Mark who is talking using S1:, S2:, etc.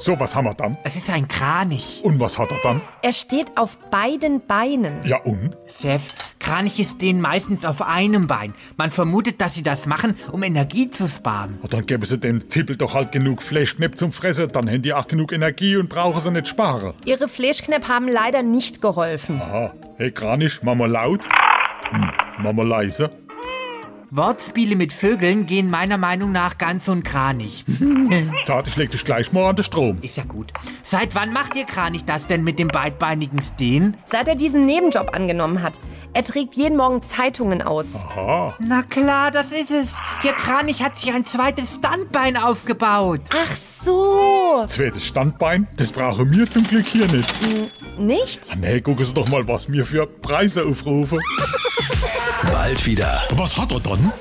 S1: So, was haben wir dann?
S2: Es ist ein Kranich.
S1: Und was hat er dann?
S3: Er steht auf beiden Beinen.
S1: Ja und?
S2: Chef, Kraniche stehen meistens auf einem Bein. Man vermutet, dass sie das machen, um Energie zu sparen.
S1: Ja, dann geben sie dem Zippel doch halt genug Fleischknepp zum Fressen, dann haben die auch genug Energie und brauchen sie nicht sparen.
S3: Ihre Fleischknepp haben leider nicht geholfen.
S1: Aha, hey Kranich, mach mal laut. Hm, mach mal leise.
S2: Wortspiele mit Vögeln gehen meiner Meinung nach ganz und Kranich.
S1: Zarte schlägt dich gleich mal an den Strom.
S2: Ist ja gut. Seit wann macht ihr Kranich das denn mit dem beidbeinigen Stehen?
S3: Seit er diesen Nebenjob angenommen hat. Er trägt jeden Morgen Zeitungen aus.
S1: Aha,
S2: Na klar, das ist es. Ihr Kranich hat sich ein zweites Standbein aufgebaut.
S3: Ach so.
S1: zweites Standbein, das brauchen wir zum Glück hier nicht. Ah,
S3: Nicht?
S1: Nee, gucken Sie doch mal, was mir für Preise aufrufen.
S4: Bald wieder.
S1: Was hat er dann?